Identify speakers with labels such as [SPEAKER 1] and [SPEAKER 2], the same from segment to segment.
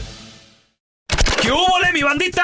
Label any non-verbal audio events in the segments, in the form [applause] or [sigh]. [SPEAKER 1] ¿Qué hubo, le, mi bandita?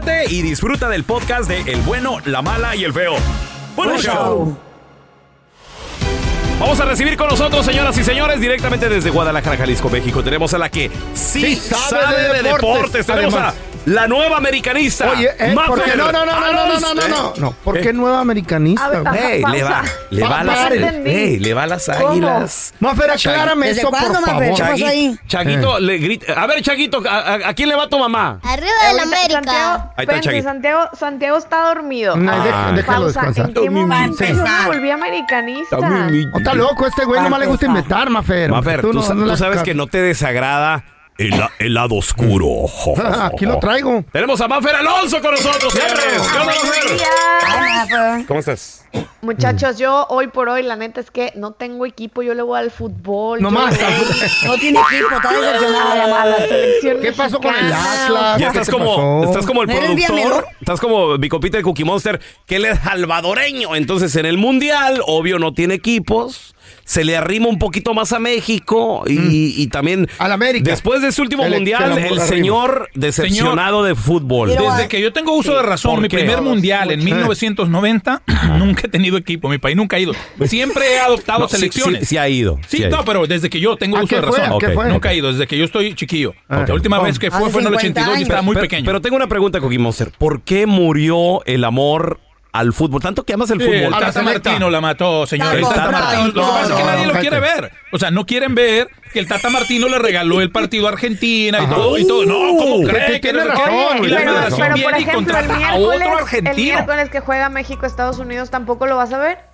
[SPEAKER 1] y disfruta del podcast de El bueno, la mala y el feo. Bueno show. Vamos a recibir con nosotros, señoras y señores, directamente desde Guadalajara, Jalisco, México. Tenemos a la que sí,
[SPEAKER 2] Sí,
[SPEAKER 1] sabe,
[SPEAKER 2] sabe
[SPEAKER 1] de
[SPEAKER 2] de
[SPEAKER 1] deportes.
[SPEAKER 2] deportes,
[SPEAKER 1] Tenemos
[SPEAKER 2] además.
[SPEAKER 1] a la nueva americanista.
[SPEAKER 2] Oye, eh,
[SPEAKER 1] Mafer
[SPEAKER 2] ¿por qué? No, no, no, no, no, no, no, no, no.
[SPEAKER 1] Alonso.
[SPEAKER 2] No, ¿por
[SPEAKER 1] Eh,
[SPEAKER 2] qué nueva americanista?
[SPEAKER 3] A ver,
[SPEAKER 2] güey?
[SPEAKER 1] Ey, le va, le va a las,
[SPEAKER 2] Pausa.
[SPEAKER 1] ey, le va a las águilas.
[SPEAKER 2] Mafer, aclárame
[SPEAKER 3] ¿Desde
[SPEAKER 2] eso, por
[SPEAKER 3] cuándo, Mafer?
[SPEAKER 2] favor. Eh.
[SPEAKER 3] ¿Qué pasó ahí?
[SPEAKER 1] Chaguito, le grita. A ver, Chaguito, ¿a, a- a quién le va tu mamá?
[SPEAKER 4] Arriba del
[SPEAKER 5] Ahorita Santiago,
[SPEAKER 4] América.
[SPEAKER 1] Ahí está,
[SPEAKER 5] espérense,
[SPEAKER 1] Chagui.
[SPEAKER 5] Santiago, Santiago está dormido.
[SPEAKER 2] No,
[SPEAKER 1] Ah,
[SPEAKER 2] deja- déjalo
[SPEAKER 5] Pausa.
[SPEAKER 2] descansar.
[SPEAKER 5] ¿En qué momento
[SPEAKER 3] Sí.
[SPEAKER 5] yo me volví americanista?
[SPEAKER 2] ¿O está loco este güey? Nomás le gusta inventar, Mafer.
[SPEAKER 1] Mafer, tú,
[SPEAKER 2] no-
[SPEAKER 1] sa-
[SPEAKER 2] no
[SPEAKER 1] tú
[SPEAKER 2] la-
[SPEAKER 1] sabes que no te desagrada el, la- el lado oscuro.
[SPEAKER 2] [laughs] Aquí lo traigo.
[SPEAKER 1] Tenemos a Mafer Alonso con nosotros, señores. ¿Qué onda, Mafer?
[SPEAKER 3] Ah, pues.
[SPEAKER 1] ¿Cómo estás?
[SPEAKER 5] Muchachos, yo hoy por hoy, la neta es que no tengo equipo, yo le voy al fútbol.
[SPEAKER 2] No más,
[SPEAKER 5] yo le voy
[SPEAKER 2] tampoco.
[SPEAKER 3] No tiene
[SPEAKER 2] [laughs]
[SPEAKER 3] equipo, está decepcionado la
[SPEAKER 5] a
[SPEAKER 3] mala.
[SPEAKER 5] la selección
[SPEAKER 2] ¿Qué pasó con el
[SPEAKER 5] mexicana.
[SPEAKER 2] Atlas?
[SPEAKER 1] Ya
[SPEAKER 2] ¿Qué
[SPEAKER 1] estás
[SPEAKER 2] te pasó?
[SPEAKER 1] como, estás como el
[SPEAKER 3] ¿No eres
[SPEAKER 1] productor,
[SPEAKER 3] viamelón?
[SPEAKER 1] estás como mi compita de Cookie Monster, que él es salvadoreño. Entonces, en el Mundial, obvio, no tiene equipos. Se le arrima un poquito más a México y, y también...
[SPEAKER 2] Al América.
[SPEAKER 1] Después de su último
[SPEAKER 2] Se le- se
[SPEAKER 1] Mundial,
[SPEAKER 2] la
[SPEAKER 1] el
[SPEAKER 2] arrima.
[SPEAKER 1] señor decepcionado de fútbol.
[SPEAKER 3] Pero-
[SPEAKER 6] Desde que yo tengo uso de razón,
[SPEAKER 1] ¿Por
[SPEAKER 6] mi
[SPEAKER 1] qué?
[SPEAKER 6] primer mundial en 1990, nunca he tenido equipo, mi país nunca ha ido. Siempre he adoptado
[SPEAKER 1] No, sí,
[SPEAKER 6] selecciones.
[SPEAKER 1] sí, sí ha ido,
[SPEAKER 6] Sí,
[SPEAKER 1] sí ha ido.
[SPEAKER 6] no, pero desde que yo tengo
[SPEAKER 2] ¿A
[SPEAKER 6] uso
[SPEAKER 2] qué
[SPEAKER 6] de
[SPEAKER 2] fue?
[SPEAKER 6] razón.
[SPEAKER 2] ¿A qué
[SPEAKER 1] Ok,
[SPEAKER 2] fue?
[SPEAKER 6] Nunca he ido, desde que yo estoy chiquillo.
[SPEAKER 2] Ah.
[SPEAKER 6] La última vez que
[SPEAKER 3] Hace
[SPEAKER 6] fue fue en el
[SPEAKER 3] 50
[SPEAKER 6] 82 y estaba
[SPEAKER 3] años.
[SPEAKER 6] muy
[SPEAKER 1] Pero-
[SPEAKER 6] pequeño.
[SPEAKER 1] Pero tengo una pregunta, Cookie Monster. ¿Por qué murió el amor al fútbol? Tanto que amas el
[SPEAKER 6] Sí, el
[SPEAKER 1] fútbol.
[SPEAKER 2] a la
[SPEAKER 6] Tata
[SPEAKER 2] selecta.
[SPEAKER 6] Martino la mató, señor.
[SPEAKER 3] Tata
[SPEAKER 6] El Tata
[SPEAKER 3] Martino.
[SPEAKER 6] Martino. Lo que pasa es que
[SPEAKER 2] No,
[SPEAKER 6] nadie lo
[SPEAKER 2] cállate.
[SPEAKER 6] quiere ver. O sea, no quieren ver que el Tata Martino le regaló el partido a Argentina y
[SPEAKER 2] Ajá.
[SPEAKER 6] todo. Y todo. No,
[SPEAKER 1] Uh,
[SPEAKER 6] ¿cómo
[SPEAKER 2] que
[SPEAKER 6] cree? que
[SPEAKER 2] tiene
[SPEAKER 6] no sé
[SPEAKER 2] razón,
[SPEAKER 6] qué?
[SPEAKER 2] güey,
[SPEAKER 6] Y la
[SPEAKER 2] tiene razón.
[SPEAKER 5] Pero,
[SPEAKER 6] federación
[SPEAKER 5] pero, por
[SPEAKER 6] viene y
[SPEAKER 5] ejemplo, el
[SPEAKER 6] contrata a otro
[SPEAKER 5] miércoles, el
[SPEAKER 6] argentino.
[SPEAKER 5] miércoles que juega México-Estados Unidos, ¿tampoco lo vas a ver?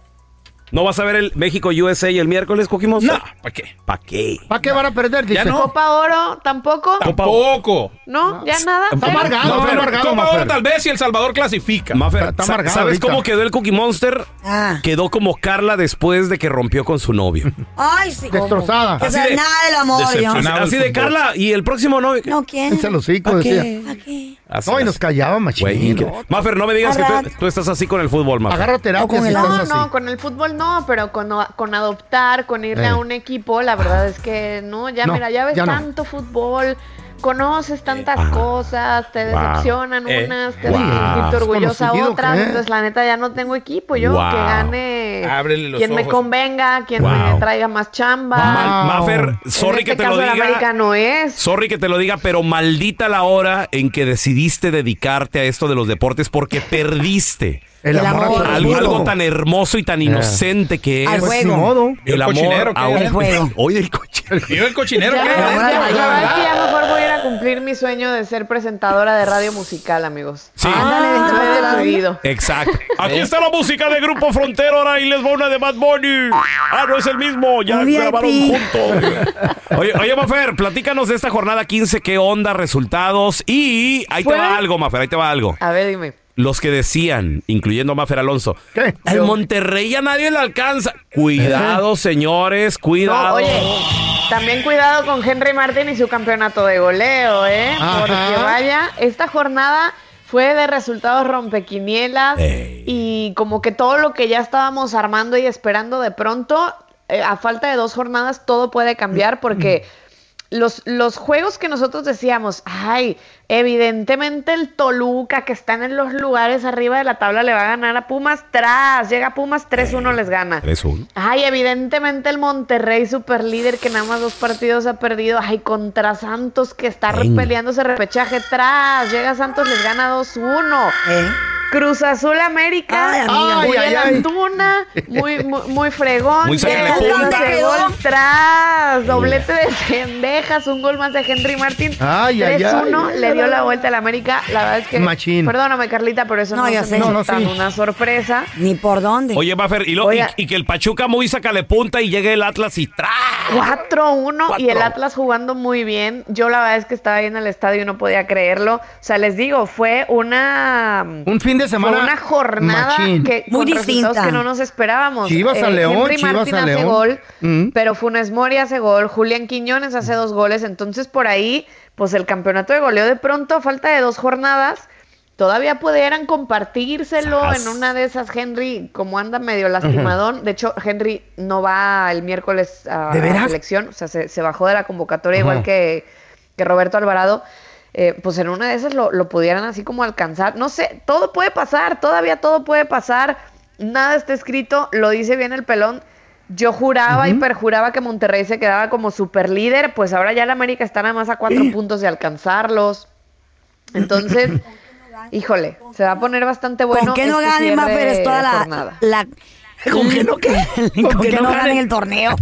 [SPEAKER 1] ¿No vas a ver el México-USA el miércoles, Cookie Monster?
[SPEAKER 6] No, ¿para qué?
[SPEAKER 1] ¿Para qué?
[SPEAKER 2] ¿Para qué van a perder? Dice.
[SPEAKER 6] Ya no.
[SPEAKER 5] ¿Copa Oro? ¿Tampoco?
[SPEAKER 6] Tampoco.
[SPEAKER 5] ¿No? ¿Ya nada?
[SPEAKER 2] Está
[SPEAKER 5] ¿Cero?
[SPEAKER 2] amargado, está
[SPEAKER 6] Mafer,
[SPEAKER 2] amargado,
[SPEAKER 6] Copa
[SPEAKER 2] Mafer.
[SPEAKER 6] Oro tal vez si El Salvador clasifica.
[SPEAKER 1] Mafer,
[SPEAKER 2] Está- está
[SPEAKER 1] sa-
[SPEAKER 2] amargado
[SPEAKER 1] ¿sabes
[SPEAKER 2] ahorita.
[SPEAKER 1] cómo quedó el Cookie Monster?
[SPEAKER 3] Ah.
[SPEAKER 1] Quedó como Carla después de que rompió con su novio.
[SPEAKER 3] Ay, sí.
[SPEAKER 2] Destrozada.
[SPEAKER 3] Que
[SPEAKER 6] Así
[SPEAKER 3] sea
[SPEAKER 6] de-
[SPEAKER 3] nada del amor, yo.
[SPEAKER 6] decepcionado. Nada
[SPEAKER 1] Así
[SPEAKER 6] del
[SPEAKER 1] de
[SPEAKER 6] fútbol.
[SPEAKER 1] Carla y el próximo novio.
[SPEAKER 3] No quiero.
[SPEAKER 2] Es el hocico,
[SPEAKER 1] ¿Pa' qué?
[SPEAKER 2] decía.
[SPEAKER 3] ¿Para qué?
[SPEAKER 1] Así
[SPEAKER 2] No, y
[SPEAKER 1] las-
[SPEAKER 2] nos callaba,
[SPEAKER 1] Güey,
[SPEAKER 2] machín.
[SPEAKER 1] que- Mafer, no me digas que tú, tú estás así con el fútbol, Mafer.
[SPEAKER 2] Agarra terapia
[SPEAKER 3] con
[SPEAKER 2] si
[SPEAKER 3] el
[SPEAKER 2] estás
[SPEAKER 5] No,
[SPEAKER 2] Ah, así.
[SPEAKER 5] no, con el fútbol no, pero con, con adoptar, con irle
[SPEAKER 2] Eh.
[SPEAKER 5] a un equipo, la verdad es que no, ya
[SPEAKER 2] No,
[SPEAKER 5] mira, ya ves
[SPEAKER 2] ya no.
[SPEAKER 5] tanto fútbol, conoces tantas
[SPEAKER 1] ah,
[SPEAKER 5] cosas, te
[SPEAKER 1] wow,
[SPEAKER 5] decepcionan
[SPEAKER 6] eh,
[SPEAKER 5] unas, te
[SPEAKER 1] wow.
[SPEAKER 5] hacen sentirte
[SPEAKER 2] Es
[SPEAKER 5] orgullosa
[SPEAKER 2] conocido,
[SPEAKER 5] otras,
[SPEAKER 2] ¿qué?
[SPEAKER 5] entonces la neta ya no tengo equipo, yo
[SPEAKER 1] Wow.
[SPEAKER 5] que gane
[SPEAKER 6] Ábrele los
[SPEAKER 5] quien me
[SPEAKER 6] ojos.
[SPEAKER 5] convenga, quien
[SPEAKER 1] Wow.
[SPEAKER 5] me traiga más chamba.
[SPEAKER 2] Wow.
[SPEAKER 1] Mal- Mafer,
[SPEAKER 5] En
[SPEAKER 1] sorry
[SPEAKER 5] este
[SPEAKER 1] que te lo
[SPEAKER 5] caso, el América
[SPEAKER 1] diga.
[SPEAKER 5] no es.
[SPEAKER 1] Sorry que te lo diga, pero maldita la hora en que decidiste dedicarte a esto de los deportes porque perdiste
[SPEAKER 2] El amor Eh.
[SPEAKER 3] amor.
[SPEAKER 2] al
[SPEAKER 1] algo,
[SPEAKER 2] fútbol.
[SPEAKER 1] algo tan hermoso y tan inocente que
[SPEAKER 3] Al
[SPEAKER 1] es
[SPEAKER 2] Pues
[SPEAKER 3] juego.
[SPEAKER 2] ni modo.
[SPEAKER 1] el
[SPEAKER 6] El
[SPEAKER 1] amor
[SPEAKER 6] cochinero que
[SPEAKER 1] a
[SPEAKER 6] hay.
[SPEAKER 1] un
[SPEAKER 3] El juego.
[SPEAKER 1] [laughs] Oye, el cochinero.
[SPEAKER 6] Vio el cochinero
[SPEAKER 5] Ya,
[SPEAKER 6] que
[SPEAKER 5] ya,
[SPEAKER 6] hay.
[SPEAKER 5] ya, la verdad es que ya mejor voy a ir a para cumplir mi sueño de ser presentadora de radio musical, amigos.
[SPEAKER 1] Sí.
[SPEAKER 3] Ándale, vente
[SPEAKER 5] Lo
[SPEAKER 3] para
[SPEAKER 5] he
[SPEAKER 3] este lado.
[SPEAKER 5] decidido.
[SPEAKER 1] Exacto.
[SPEAKER 4] [laughs]
[SPEAKER 1] Eh.
[SPEAKER 4] Aquí está la música de Grupo Frontera, ahora y les va una de Bad Bunny. Ah, no es el mismo, ya
[SPEAKER 3] Un VIP.
[SPEAKER 4] grabaron juntos.
[SPEAKER 1] Oye, oye, Mafer, platícanos de esta jornada 15, qué onda, resultados. Y ahí te
[SPEAKER 5] Fue-
[SPEAKER 1] va algo, Mafer, ahí te va algo.
[SPEAKER 5] A ver, dime.
[SPEAKER 1] Los que decían, incluyendo a Mafer Alonso,
[SPEAKER 2] ¿Qué?
[SPEAKER 1] al Monterrey a nadie le alcanza. Cuidado, señores,
[SPEAKER 5] No,
[SPEAKER 1] cuidado.
[SPEAKER 5] oye, también cuidado con Henry Martin y su campeonato de goleo, ¿eh?
[SPEAKER 2] Ajá.
[SPEAKER 5] Porque vaya, esta jornada fue de resultados rompequinielas
[SPEAKER 1] Ey.
[SPEAKER 5] y como que todo lo que ya estábamos armando y esperando de pronto, eh, a falta de dos jornadas, todo puede cambiar porque...
[SPEAKER 1] Mm.
[SPEAKER 5] Los, los juegos que nosotros decíamos, ay, evidentemente el Toluca que están en los lugares arriba de la tabla le va a ganar a Pumas tras, llega Pumas 3-1 les gana.
[SPEAKER 1] 3-1.
[SPEAKER 5] Ay, evidentemente el Monterrey super líder que nada más dos partidos ha perdido. Ay, contra Santos que está
[SPEAKER 1] Ven.
[SPEAKER 5] peleándose repechaje atrás. Llega Santos, les gana 2-1.
[SPEAKER 3] ¿Eh?
[SPEAKER 5] Cruz Azul América.
[SPEAKER 3] Ay,
[SPEAKER 2] amiga.
[SPEAKER 5] Muy
[SPEAKER 2] Ay, ay, ay.
[SPEAKER 5] Antuna. Muy, muy, muy fregón.
[SPEAKER 1] Muy
[SPEAKER 5] llega
[SPEAKER 1] sácale
[SPEAKER 5] Santos,
[SPEAKER 3] punta.
[SPEAKER 5] ese gol tras. Doblete de Cendejas. Un gol más de Henry Martín.
[SPEAKER 2] Ay, ay, ay.
[SPEAKER 5] 3-1. Le dio la vuelta al América. La verdad es que.
[SPEAKER 2] Machín.
[SPEAKER 5] Perdóname, Carlita, pero eso
[SPEAKER 3] No,
[SPEAKER 5] no,
[SPEAKER 3] ya
[SPEAKER 5] se
[SPEAKER 3] sé.
[SPEAKER 5] me hizo
[SPEAKER 2] No, no,
[SPEAKER 5] tan
[SPEAKER 2] sí.
[SPEAKER 5] una sorpresa.
[SPEAKER 3] Ni por dónde.
[SPEAKER 1] Oye, Mafer, y, lo-
[SPEAKER 5] Oiga.
[SPEAKER 1] y- y que el Pachuca muy sacale punta y llegue el Atlas y ¡tra!
[SPEAKER 5] 4-1 y el
[SPEAKER 1] Cuatro.
[SPEAKER 5] Atlas jugando muy bien. Yo la verdad es que estaba ahí en el estadio y no podía creerlo. O sea, les digo, fue una
[SPEAKER 2] Un fin de
[SPEAKER 5] fue
[SPEAKER 2] semana.
[SPEAKER 5] una jornada
[SPEAKER 2] machín.
[SPEAKER 5] que
[SPEAKER 3] Muy
[SPEAKER 5] con resultados
[SPEAKER 3] distinta.
[SPEAKER 5] que no nos esperábamos. Eh,
[SPEAKER 2] Chivas a León,
[SPEAKER 5] Henry
[SPEAKER 2] Chivas
[SPEAKER 5] Martín
[SPEAKER 2] a
[SPEAKER 5] hace
[SPEAKER 2] León.
[SPEAKER 5] gol,
[SPEAKER 2] Mm.
[SPEAKER 5] pero Funes Mori hace gol, Julián Quiñones hace dos goles, entonces por ahí pues el campeonato de goleo de pronto a falta de dos jornadas Todavía pudieran compartírselo
[SPEAKER 1] Sas.
[SPEAKER 5] en una de esas, Henry, como anda medio lastimadón. De hecho, Henry no va el miércoles a,
[SPEAKER 2] ¿De
[SPEAKER 5] a
[SPEAKER 2] veras?
[SPEAKER 5] la selección, o sea, se, se bajó de la convocatoria
[SPEAKER 2] Ajá.
[SPEAKER 5] igual que, que Roberto Alvarado. Eh, pues en una de esas lo, lo pudieran así como alcanzar. No sé, todo puede pasar, todavía todo puede pasar. Nada está escrito, lo dice bien el pelón. Yo juraba y perjuraba que Monterrey se quedaba como super líder, pues ahora ya el América está nada más a cuatro puntos de alcanzarlos.
[SPEAKER 3] [laughs]
[SPEAKER 5] Entonces, híjole, se va a poner bastante bueno.
[SPEAKER 3] ¿Con qué no
[SPEAKER 5] este
[SPEAKER 3] ganen,
[SPEAKER 5] cierre
[SPEAKER 3] Mafer? Es toda
[SPEAKER 5] de
[SPEAKER 3] la...
[SPEAKER 5] jornada.
[SPEAKER 3] la...
[SPEAKER 2] ¿Con qué no qué?
[SPEAKER 3] ¿Con qué no ganen
[SPEAKER 2] [laughs]
[SPEAKER 3] el torneo?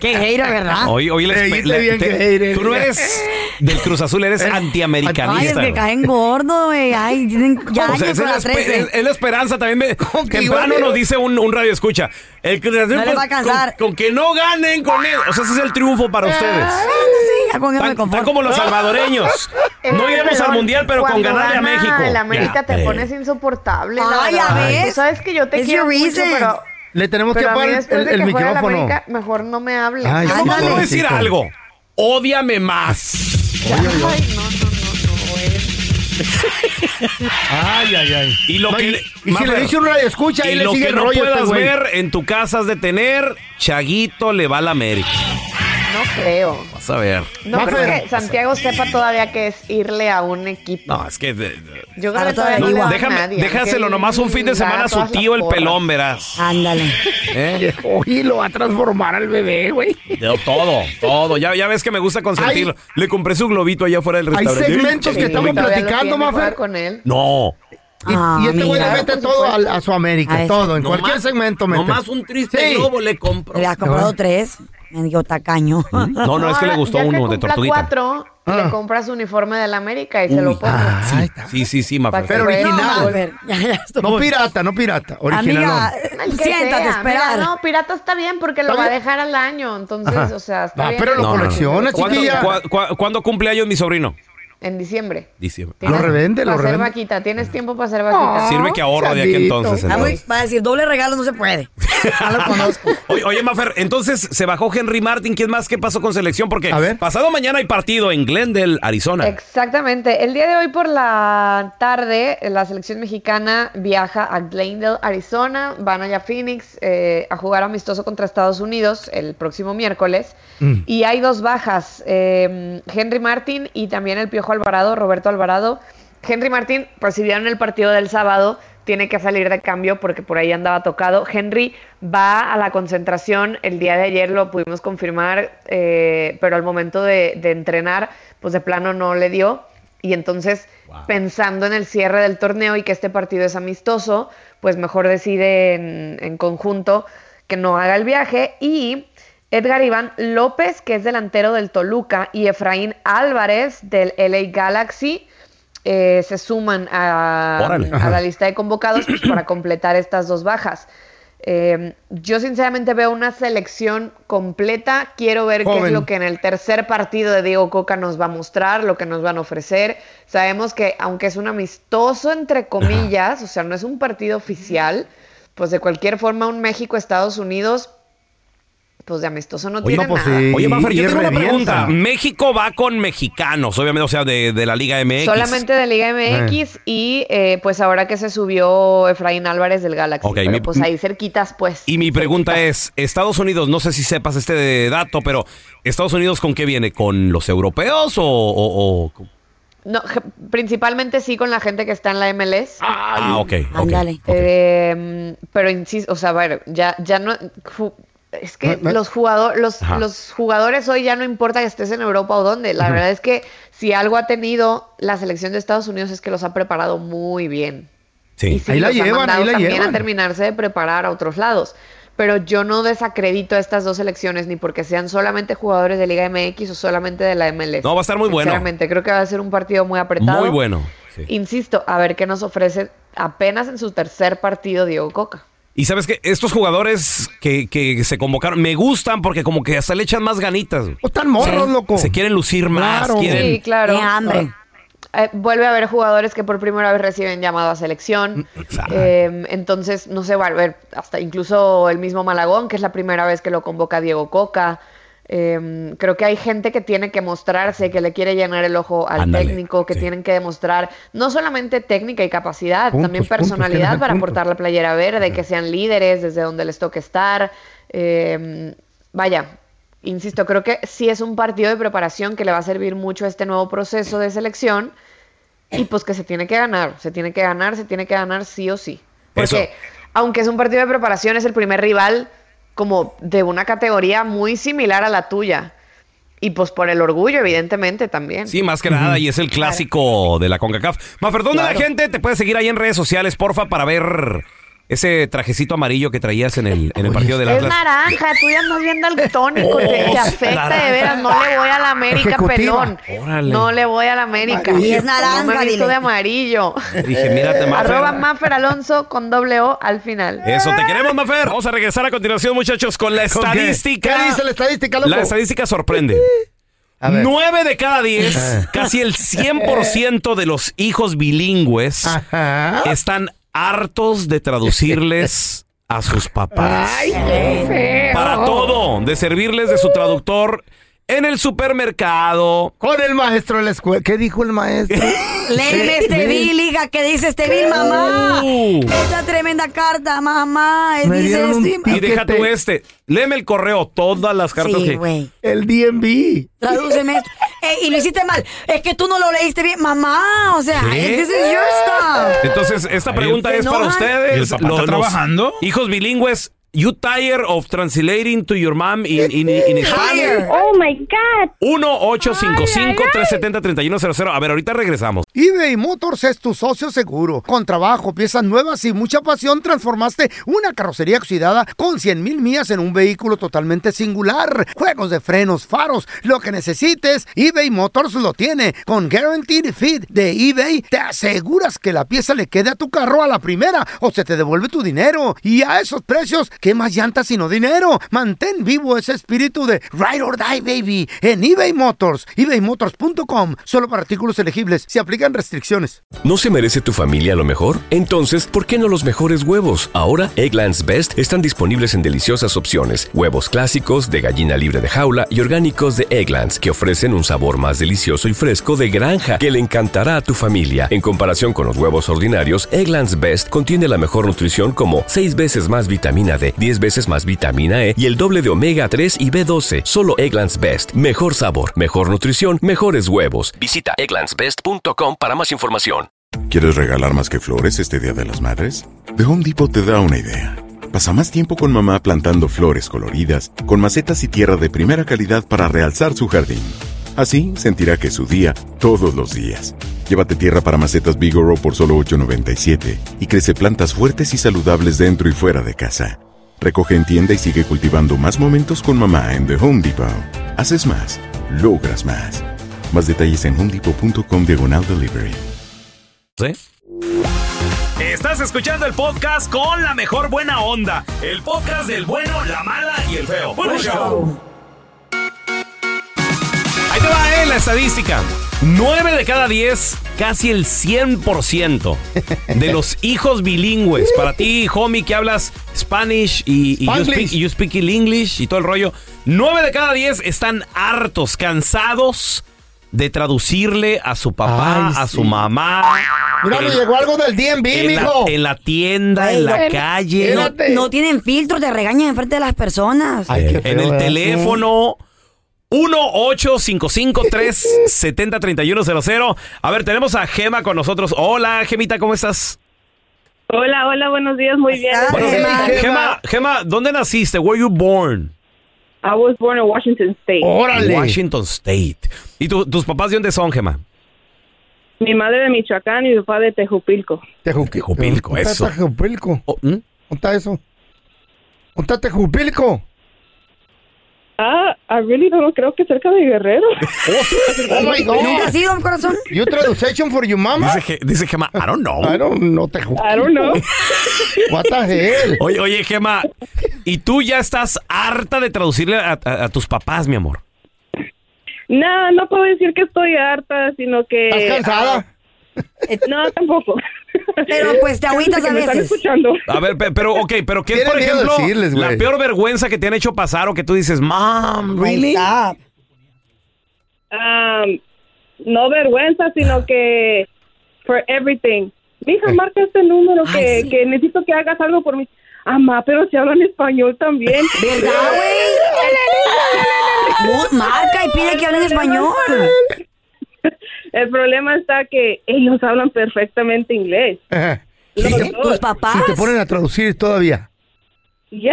[SPEAKER 3] Qué hater, ¿verdad?
[SPEAKER 1] Hoy, hoy les
[SPEAKER 2] Te dijiste
[SPEAKER 1] le-
[SPEAKER 2] bien
[SPEAKER 1] te-
[SPEAKER 2] que eres.
[SPEAKER 1] Tú no eres del Cruz Azul,
[SPEAKER 3] [laughs]
[SPEAKER 1] eres
[SPEAKER 3] Ay, es
[SPEAKER 1] antiamericanista.
[SPEAKER 3] que
[SPEAKER 1] güey.
[SPEAKER 3] caen gordo, güey. Ay, tienen ya
[SPEAKER 1] [laughs] O sea,
[SPEAKER 3] años
[SPEAKER 1] esa
[SPEAKER 3] con
[SPEAKER 1] es, la
[SPEAKER 3] la
[SPEAKER 1] espe-
[SPEAKER 3] 13.
[SPEAKER 1] es- es la esperanza también.
[SPEAKER 3] [laughs]
[SPEAKER 1] me- temprano
[SPEAKER 2] amigo.
[SPEAKER 1] nos dice un, un radio escucha. El Cruz Azul,
[SPEAKER 3] No les va a
[SPEAKER 1] con-
[SPEAKER 3] alcanzar.
[SPEAKER 1] Con, que no ganen con él. O sea, ese es el triunfo para ustedes.
[SPEAKER 3] Bueno, Ah, sí, ya con eso
[SPEAKER 1] Están,
[SPEAKER 3] me
[SPEAKER 1] están
[SPEAKER 3] conformo.
[SPEAKER 1] como los salvadoreños.
[SPEAKER 3] [laughs]
[SPEAKER 5] Es
[SPEAKER 1] No
[SPEAKER 5] el
[SPEAKER 1] iremos al
[SPEAKER 5] pelón.
[SPEAKER 1] mundial, pero con
[SPEAKER 5] Cuando
[SPEAKER 1] ganarle a
[SPEAKER 5] gana
[SPEAKER 1] México.
[SPEAKER 5] El América
[SPEAKER 1] Ya,
[SPEAKER 5] te
[SPEAKER 1] eh.
[SPEAKER 5] pones insoportable. la
[SPEAKER 3] Ay, ya
[SPEAKER 5] verdad.
[SPEAKER 3] ves.
[SPEAKER 5] Tú sabes que yo te
[SPEAKER 3] It's
[SPEAKER 5] quiero
[SPEAKER 3] your
[SPEAKER 5] mucho,
[SPEAKER 3] reason.
[SPEAKER 5] pero.
[SPEAKER 2] Le tenemos que
[SPEAKER 5] pero a mí
[SPEAKER 2] apagar el,
[SPEAKER 5] después de
[SPEAKER 2] el
[SPEAKER 5] que juegue el
[SPEAKER 2] micrófono.
[SPEAKER 5] América, mejor no me hables.
[SPEAKER 2] Ay,
[SPEAKER 1] Yo nomás
[SPEAKER 3] Ándale.
[SPEAKER 1] voy a decir
[SPEAKER 2] Pobrecito.
[SPEAKER 1] algo. Ódiame más.
[SPEAKER 5] Ay, no, no, no, no. eres-
[SPEAKER 2] Ay, ay, ay.
[SPEAKER 1] Y lo
[SPEAKER 2] No,
[SPEAKER 1] que
[SPEAKER 2] y,
[SPEAKER 1] le-
[SPEAKER 2] y si
[SPEAKER 1] Mafer,
[SPEAKER 2] le dice un radio escucha, ahí
[SPEAKER 1] Y
[SPEAKER 2] le
[SPEAKER 1] lo
[SPEAKER 2] sigue
[SPEAKER 1] que
[SPEAKER 2] el
[SPEAKER 1] no
[SPEAKER 2] rollo a este
[SPEAKER 1] puedas
[SPEAKER 2] güey.
[SPEAKER 1] ver en tu casa has de tener, Chaguito le va a la América.
[SPEAKER 5] No creo.
[SPEAKER 1] Vas a ver.
[SPEAKER 5] No
[SPEAKER 2] Mafer.
[SPEAKER 5] creo que Santiago sepa todavía que es irle a un equipo.
[SPEAKER 1] No, es que. de- de-
[SPEAKER 5] Yo
[SPEAKER 3] Pero
[SPEAKER 5] creo que
[SPEAKER 3] todavía
[SPEAKER 5] todavía
[SPEAKER 3] no,
[SPEAKER 5] no, le va a
[SPEAKER 1] déjame,
[SPEAKER 5] nadie.
[SPEAKER 1] déjaselo
[SPEAKER 5] Que
[SPEAKER 1] nomás un fin de
[SPEAKER 5] le
[SPEAKER 1] semana
[SPEAKER 5] haga
[SPEAKER 1] a su
[SPEAKER 5] todas las
[SPEAKER 1] tío, el
[SPEAKER 5] porras.
[SPEAKER 1] pelón, verás.
[SPEAKER 3] Ándale.
[SPEAKER 1] ¿Eh?
[SPEAKER 2] [laughs] Oye, lo va a transformar al bebé, güey.
[SPEAKER 1] Yo todo, todo. Ya, ya ves que me gusta consentirlo. Le compré su globito allá afuera del
[SPEAKER 2] Hay
[SPEAKER 1] restaurante.
[SPEAKER 2] segmentos que
[SPEAKER 5] Sí,
[SPEAKER 2] estamos
[SPEAKER 5] todavía lo
[SPEAKER 2] platicando,
[SPEAKER 5] tiene, juega
[SPEAKER 2] Mafer.
[SPEAKER 5] con él.
[SPEAKER 1] No.
[SPEAKER 2] Y,
[SPEAKER 3] Ah,
[SPEAKER 2] y este güey le
[SPEAKER 3] mira.
[SPEAKER 2] mete
[SPEAKER 5] Por
[SPEAKER 2] todo al-
[SPEAKER 5] supuesto.
[SPEAKER 2] a, su América,
[SPEAKER 3] A este. eso.
[SPEAKER 2] todo, en cualquier segmento mete. Sí. Ah.
[SPEAKER 1] le compro.
[SPEAKER 3] Le has comprado tres. Me digo, tacaño.
[SPEAKER 1] No, no, es que le
[SPEAKER 5] Ahora,
[SPEAKER 1] gustó
[SPEAKER 5] ya que
[SPEAKER 1] uno de
[SPEAKER 5] cumpla
[SPEAKER 1] tortuguita.
[SPEAKER 5] cuatro,
[SPEAKER 2] Ah.
[SPEAKER 5] le compras uniforme del América y se lo pones.
[SPEAKER 2] Ah, ahí está.
[SPEAKER 1] Sí, sí, sí, Mafer.
[SPEAKER 2] Pero
[SPEAKER 5] Bueno,
[SPEAKER 3] No,
[SPEAKER 2] original.
[SPEAKER 3] Mafer, [laughs] ya, ya estuvo.
[SPEAKER 2] No pirata, no pirata. Original.
[SPEAKER 3] Amiga, eh.
[SPEAKER 5] El que
[SPEAKER 3] siéntate,
[SPEAKER 5] sea.
[SPEAKER 3] esperar.
[SPEAKER 5] Mira, no, pirata está bien porque lo
[SPEAKER 2] ¿Está
[SPEAKER 5] va a
[SPEAKER 2] bien?
[SPEAKER 5] dejar al año. Entonces,
[SPEAKER 2] Ajá.
[SPEAKER 5] o sea, está
[SPEAKER 2] Ah,
[SPEAKER 5] bien.
[SPEAKER 2] pero lo No, no, no. colecciona,
[SPEAKER 1] ¿Cuándo,
[SPEAKER 2] chiquilla.
[SPEAKER 1] cua- cua- ¿cuándo cumple años mi sobrino?
[SPEAKER 5] En diciembre.
[SPEAKER 1] Diciembre.
[SPEAKER 2] Lo revende, lo
[SPEAKER 5] Para hacer
[SPEAKER 2] revende.
[SPEAKER 5] vaquita. Tienes tiempo para hacer vaquita.
[SPEAKER 1] Sirve que ahorro de aquí
[SPEAKER 2] Sandito.
[SPEAKER 1] entonces.
[SPEAKER 3] Ah, güey,
[SPEAKER 1] entonces.
[SPEAKER 3] va a decir, doble regalo no se puede. Ya lo conozco.
[SPEAKER 1] [laughs] Oye, oye, Mafer, entonces se bajó Henry Martin. ¿Quién más? ¿Qué pasó con selección? Porque
[SPEAKER 2] A ver.
[SPEAKER 1] pasado mañana hay partido en Glendale, Arizona.
[SPEAKER 5] Exactamente. El día de hoy por la tarde, la selección mexicana viaja a Glendale, Arizona. Van allá a Phoenix eh, a jugar amistoso contra Estados Unidos el próximo miércoles.
[SPEAKER 2] Mm,
[SPEAKER 5] Y hay dos bajas: eh, Henry Martin y también el Piojo Alvarado, Roberto Alvarado. Henry Martin, pues si vieron el partido del sábado, tiene que salir de cambio porque por ahí andaba tocado. Henry va a la concentración, el día de ayer lo pudimos confirmar, eh, pero al momento de, de entrenar, pues de plano no le dio. Y entonces, pensando en el cierre del torneo y que este partido es amistoso, pues mejor decide en, en conjunto que no haga el viaje y Edgar Iván López, que es delantero del Toluca, y Efraín Álvarez del LA Galaxy. eh, se suman a,
[SPEAKER 1] Órale.
[SPEAKER 5] a la lista de convocados pues, para completar estas dos bajas. Eh, yo sinceramente veo una selección completa. Quiero ver qué es
[SPEAKER 2] Joven.
[SPEAKER 5] lo que en el tercer partido de Diego Coca nos va a mostrar, lo que nos van a ofrecer. Sabemos que aunque es un amistoso entre comillas, o sea, no es un partido oficial, pues de cualquier forma un México-Estados Unidos, pues de amistoso no tiene nada.
[SPEAKER 1] Oye, Mafer, yo
[SPEAKER 2] y
[SPEAKER 1] tengo una
[SPEAKER 2] revienta.
[SPEAKER 1] pregunta. México va con mexicanos, obviamente, o sea, de, de la Liga MX.
[SPEAKER 5] Solamente de Liga MX y eh, pues ahora que se subió Efraín Álvarez del Galaxy.
[SPEAKER 1] Ok,
[SPEAKER 5] pero
[SPEAKER 1] mi-
[SPEAKER 5] pues ahí cerquitas, pues.
[SPEAKER 1] Y mi pregunta es, Estados Unidos, no sé si sepas este dato, pero Estados Unidos con qué viene, con los europeos o, o- o-
[SPEAKER 5] No, je- principalmente sí con la gente que está en la MLS.
[SPEAKER 1] ah, ok, ok,
[SPEAKER 3] Ándale.
[SPEAKER 1] ok.
[SPEAKER 5] Eh, pero insisto, o sea, bueno, ya, ya no. ju- Es que
[SPEAKER 2] No, no.
[SPEAKER 5] los, jugador, los,
[SPEAKER 1] Ajá.
[SPEAKER 5] los jugadores hoy ya no importa que estés en Europa o dónde. La verdad es que si algo ha tenido la selección de Estados Unidos es que los ha preparado muy bien. Y
[SPEAKER 1] Sí.
[SPEAKER 5] sí,
[SPEAKER 2] Ahí la
[SPEAKER 5] los ha
[SPEAKER 2] llevan,
[SPEAKER 5] mandado
[SPEAKER 2] ahí la
[SPEAKER 5] también
[SPEAKER 2] llevan.
[SPEAKER 5] a terminarse de preparar a otros lados. Pero yo no desacredito a estas dos selecciones ni porque sean solamente jugadores de Liga MX o solamente de la MLS.
[SPEAKER 1] No, va a estar muy bueno.
[SPEAKER 5] Sinceramente, creo que va a ser un partido muy apretado.
[SPEAKER 1] Muy bueno. sí.
[SPEAKER 5] Insisto, a ver qué nos ofrece apenas en su tercer partido Diego Coca.
[SPEAKER 1] Y sabes que estos jugadores que, que se convocaron me gustan porque como que hasta le echan más ganitas. güey.
[SPEAKER 2] O están morros, loco.
[SPEAKER 1] Se quieren lucir más,
[SPEAKER 2] Claro.
[SPEAKER 1] quieren...
[SPEAKER 5] Sí, claro.
[SPEAKER 3] Qué hambre.
[SPEAKER 1] Ah.
[SPEAKER 5] Eh, vuelve a haber jugadores que por primera vez reciben llamado a selección.
[SPEAKER 1] Mm, Exacto.
[SPEAKER 5] Eh, entonces, no sé, va a haber hasta incluso el mismo Malagón, que es la primera vez que lo convoca Diego Coca. Eh, creo que hay gente que tiene que mostrarse, que le quiere llenar el ojo al
[SPEAKER 1] Ándale,
[SPEAKER 5] técnico, que
[SPEAKER 1] sí.
[SPEAKER 5] tienen que demostrar no solamente técnica y capacidad,
[SPEAKER 2] Puntos,
[SPEAKER 5] también
[SPEAKER 2] puntos,
[SPEAKER 5] personalidad
[SPEAKER 2] tienen
[SPEAKER 5] para
[SPEAKER 2] puntos.
[SPEAKER 5] aportar la playera verde, que sean líderes desde donde les toque estar. Eh, vaya, insisto, creo que sí es un partido de preparación que le va a servir mucho a este nuevo proceso de selección y pues que se tiene que ganar, se tiene que ganar, se tiene que ganar sí o sí. Porque
[SPEAKER 1] Eso.
[SPEAKER 5] aunque es un partido de preparación, es el primer rival como de una categoría muy similar a la tuya. Y pues por el orgullo, evidentemente, también.
[SPEAKER 1] Sí, más que nada, y es el clásico de la CONCACAF. Mafer, ¿dónde la
[SPEAKER 5] Claro.
[SPEAKER 1] gente te puede seguir ahí en redes sociales, porfa, para ver ese trajecito amarillo que traías en el, en el partido del
[SPEAKER 5] Es
[SPEAKER 1] Atlas?
[SPEAKER 5] naranja, tú ya andas bien daltónico, te, te
[SPEAKER 1] Oh,
[SPEAKER 5] afecta de veras, no le voy a la América,
[SPEAKER 2] Ejecutiva.
[SPEAKER 5] pelón.
[SPEAKER 1] Órale.
[SPEAKER 5] No le voy a la América.
[SPEAKER 3] Y es naranja,
[SPEAKER 5] No me he visto
[SPEAKER 3] dile.
[SPEAKER 5] de amarillo.
[SPEAKER 1] Dije, mírate, Mafer.
[SPEAKER 5] Arroba Mafer Alonso con doble O al final.
[SPEAKER 1] Eso, te queremos, Mafer. Vamos a regresar a continuación, muchachos, con la
[SPEAKER 2] ¿Con qué?
[SPEAKER 1] estadística.
[SPEAKER 2] ¿Qué dice la estadística, loco?
[SPEAKER 1] La estadística sorprende.
[SPEAKER 2] A ver.
[SPEAKER 1] Nueve de cada diez, casi el 100% de los hijos bilingües
[SPEAKER 2] Ajá.
[SPEAKER 1] están hartos de traducirles a sus papás. Para todo, de servirles de su traductor en el supermercado.
[SPEAKER 2] Con el maestro de la escuela. ¿Qué dijo el maestro?
[SPEAKER 3] Léeme este bill, hija, ¿qué dice este bill, mamá?
[SPEAKER 1] Uh.
[SPEAKER 3] Esta tremenda carta, mamá. eh,
[SPEAKER 2] Me
[SPEAKER 3] Dice
[SPEAKER 2] dieron
[SPEAKER 3] esto
[SPEAKER 2] un
[SPEAKER 3] y-
[SPEAKER 2] pi-
[SPEAKER 1] Y deja
[SPEAKER 2] Piquete.
[SPEAKER 1] tú este. Léeme el correo, todas las cartas
[SPEAKER 3] Sí,
[SPEAKER 1] que.
[SPEAKER 3] güey.
[SPEAKER 2] El DMV.
[SPEAKER 1] [laughs]
[SPEAKER 3] Tradúceme esto. Eh, y lo hiciste mal. Es que tú no lo leíste bien. Mamá, o sea,
[SPEAKER 1] ¿Qué?
[SPEAKER 3] this is your stuff.
[SPEAKER 1] Entonces, esta
[SPEAKER 6] Ahí
[SPEAKER 1] pregunta
[SPEAKER 3] se
[SPEAKER 1] es para
[SPEAKER 3] enojan.
[SPEAKER 1] ustedes.
[SPEAKER 6] ¿Y el papá está trabajando?
[SPEAKER 1] Hijos bilingües, you tired of translating to your mom in, in, in Spanish?
[SPEAKER 3] Higher.
[SPEAKER 7] Oh my God.
[SPEAKER 1] 1-855-370-3100. A ver, ahorita regresamos.
[SPEAKER 2] eBay Motors es tu socio seguro. Con trabajo, piezas nuevas y mucha pasión, transformaste una carrocería oxidada con 100 mil millas en un vehículo totalmente singular. Juegos de frenos, faros, lo que necesites, eBay Motors lo tiene. Con Guaranteed Fit de eBay, te aseguras que la pieza le quede a tu carro a la primera o se te devuelve tu dinero. Y a esos precios, ¿qué más llantas sino dinero? Mantén vivo ese espíritu de Ride or Die, baby, en eBay Motors. ebaymotors.com, solo para artículos elegibles, se aplican restricciones.
[SPEAKER 8] ¿No se merece tu familia lo mejor? Entonces, ¿por qué no los mejores huevos? Ahora, Egglands Best están disponibles en deliciosas opciones. Huevos clásicos, de gallina libre de jaula y orgánicos de Egglands, que ofrecen un sabor más delicioso y fresco de granja que le encantará a tu familia. En comparación con los huevos ordinarios, Egglands Best contiene la mejor nutrición como 6 veces más vitamina D, 10 veces más vitamina E y el doble de omega 3 y B12. Solo Egglands Best. Mejor sabor, mejor nutrición, mejores huevos. Visita egglandsbest.com para más información.
[SPEAKER 9] ¿Quieres regalar más que flores este Día de las Madres? The Home Depot te da una idea. Pasa más tiempo con mamá plantando flores coloridas, con macetas y tierra de primera calidad para realzar su jardín. Así sentirá que es su día todos los días. Llévate tierra para macetas Bigoro por solo $8.97 y crece plantas fuertes y saludables dentro y fuera de casa. Recoge en tienda y sigue cultivando más momentos con mamá en The Home Depot. Haces más, logras más. Más detalles en homedepot.com diagonal delivery.
[SPEAKER 1] Estás escuchando el podcast con la mejor buena onda. El podcast del bueno, la mala y el feo. Bueno, show. Ahí te va, eh, la estadística. 9 de cada 10, casi el 100% de los hijos bilingües. Para ti, homie, que hablas Spanish y, y you,
[SPEAKER 6] Spanglish.
[SPEAKER 1] speak, you speak in English y todo el rollo. 9 de cada 10 están hartos, cansados de traducirle a su papá, a su mamá.
[SPEAKER 2] Mira, me
[SPEAKER 1] en-
[SPEAKER 2] llegó algo del DMV,
[SPEAKER 1] en la,
[SPEAKER 2] mijo.
[SPEAKER 1] en la tienda, en la
[SPEAKER 3] Ey,
[SPEAKER 1] calle,
[SPEAKER 3] No, no tienen filtro, te regañan enfrente de las personas.
[SPEAKER 2] Ay, qué feo,
[SPEAKER 1] Eh, en el
[SPEAKER 2] ¿verdad?
[SPEAKER 1] teléfono. 1-855-370-3100. A ver, tenemos a Gema con nosotros. Hola, Gemita, ¿cómo estás?
[SPEAKER 7] Hola, hola, buenos días, muy bien.
[SPEAKER 3] Ah,
[SPEAKER 1] Buenos días.
[SPEAKER 3] Gema.
[SPEAKER 1] Gema, Gema, ¿dónde naciste? Where you born?
[SPEAKER 7] I was born in Washington State.
[SPEAKER 2] Órale.
[SPEAKER 1] Washington State. ¿Y tu- tus papás de dónde son, Gema?
[SPEAKER 7] Mi madre de Michoacán y mi papá de Tejupilco.
[SPEAKER 1] Tejupilco,
[SPEAKER 2] ¿Dónde
[SPEAKER 1] eso.
[SPEAKER 2] está Tejupilco? ¿Dónde
[SPEAKER 1] Oh, ¿mm?
[SPEAKER 2] está eso? ¿Dónde está
[SPEAKER 1] [laughs]
[SPEAKER 2] Tejupilco?
[SPEAKER 7] Ah, I really don't know, creo que cerca de Guerrero.
[SPEAKER 2] Oh my
[SPEAKER 3] ¿Nunca has
[SPEAKER 2] God.
[SPEAKER 3] ido, corazón?
[SPEAKER 2] You translation for your mama?
[SPEAKER 1] Dice, Ge- dice Gema, I don't know.
[SPEAKER 2] I don't know Tejupilco.
[SPEAKER 7] I don't know.
[SPEAKER 2] [laughs] What the hell?
[SPEAKER 1] Oye, oye, Gema, ¿y tú ya estás harta de traducirle a, a- a tus papás, mi amor?
[SPEAKER 7] No, no puedo decir que estoy harta, sino que...
[SPEAKER 2] ¿Estás cansada?
[SPEAKER 7] ah, no, tampoco.
[SPEAKER 3] Pero, pues, te agüitas
[SPEAKER 7] Que
[SPEAKER 3] a
[SPEAKER 7] me están
[SPEAKER 3] veces.
[SPEAKER 7] escuchando.
[SPEAKER 1] A ver, pe- pero, ok, pero ¿qué es,
[SPEAKER 2] Tienen
[SPEAKER 1] por
[SPEAKER 2] miedo de
[SPEAKER 1] ejemplo,
[SPEAKER 2] decirles,
[SPEAKER 1] la
[SPEAKER 2] güey.
[SPEAKER 1] peor vergüenza que te han hecho pasar o que tú dices, mom, really?
[SPEAKER 3] Ahí está.
[SPEAKER 7] Um, no vergüenza, sino que... For everything.
[SPEAKER 2] Eh.
[SPEAKER 7] Mija, marca este número que,
[SPEAKER 3] Ay, sí.
[SPEAKER 7] que necesito que hagas algo por mí. Amá, pero si hablan español también.
[SPEAKER 3] [laughs] ¿Verdad, güey? Mu- Marca y pide que hablen español.
[SPEAKER 7] El problema está que ellos hablan perfectamente inglés.
[SPEAKER 1] [laughs]
[SPEAKER 2] Ajá.
[SPEAKER 7] No,
[SPEAKER 2] Y te-
[SPEAKER 7] no.
[SPEAKER 3] ¿Tus papás?
[SPEAKER 2] y te ponen a traducir todavía.
[SPEAKER 7] Ya.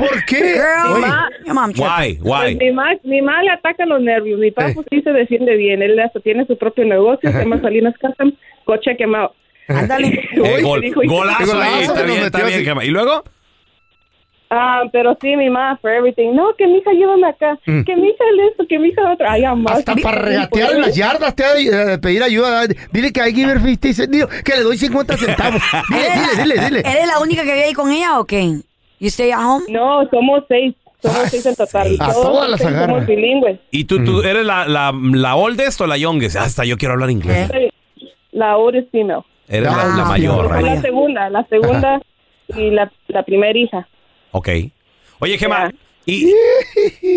[SPEAKER 2] ¿Por qué?
[SPEAKER 3] Girl,
[SPEAKER 2] Oye,
[SPEAKER 3] ma- your mom,
[SPEAKER 1] Why,
[SPEAKER 7] Pues
[SPEAKER 1] why?
[SPEAKER 7] mi, ma, mi ma le atacan los nervios. Mi papá
[SPEAKER 2] Eh.
[SPEAKER 7] pues, sí se defiende bien. Él hasta tiene su propio negocio.
[SPEAKER 1] [laughs]
[SPEAKER 7] Se llama Salinas Casam. Coche quemado. [laughs]
[SPEAKER 3] Ándale.
[SPEAKER 1] Eh,
[SPEAKER 7] Uy,
[SPEAKER 1] gol-
[SPEAKER 7] dijo-
[SPEAKER 1] golazo, eh.
[SPEAKER 2] Golazo
[SPEAKER 1] ahí,
[SPEAKER 2] que
[SPEAKER 1] está
[SPEAKER 2] nos
[SPEAKER 1] bien,
[SPEAKER 2] metió
[SPEAKER 1] está bien,
[SPEAKER 2] así.
[SPEAKER 1] Gema. ¿Y luego?
[SPEAKER 7] Ah, pero sí, mi ma, for everything. No, que mi hija llévame acá.
[SPEAKER 2] Mm.
[SPEAKER 7] Que mi hija el esto, que mi hija el otro. Ay, amá.
[SPEAKER 2] hasta
[SPEAKER 7] sí,
[SPEAKER 2] para
[SPEAKER 7] sí,
[SPEAKER 2] regatear
[SPEAKER 7] pues,
[SPEAKER 2] en las yardas te ha de eh, pedir ayuda. Dile que hay give her 50 cent- digo, que le doy 50
[SPEAKER 1] [laughs]
[SPEAKER 2] centavos. Dile, dile, dile, dile.
[SPEAKER 3] ¿Eres la única que vive ahí con ella o qué? ¿You stay at home?
[SPEAKER 7] No, somos seis. Somos seis en total.
[SPEAKER 1] sí.
[SPEAKER 2] A
[SPEAKER 7] Todos
[SPEAKER 2] todas las
[SPEAKER 7] seis
[SPEAKER 2] agarra.
[SPEAKER 7] Somos bilingües.
[SPEAKER 1] ¿Y tú,
[SPEAKER 7] Mm.
[SPEAKER 1] tú eres la, la, la oldest o la youngest? Hasta yo quiero hablar inglés.
[SPEAKER 3] Eh.
[SPEAKER 7] Soy La oldest female.
[SPEAKER 1] Eres la,
[SPEAKER 3] Ah,
[SPEAKER 1] la mayor,
[SPEAKER 3] Ay,
[SPEAKER 7] La
[SPEAKER 3] ya.
[SPEAKER 1] right?
[SPEAKER 7] segunda, la segunda y la, la primera hija.
[SPEAKER 1] Ok. Oye, Gema,
[SPEAKER 7] Ya.
[SPEAKER 1] ¿y,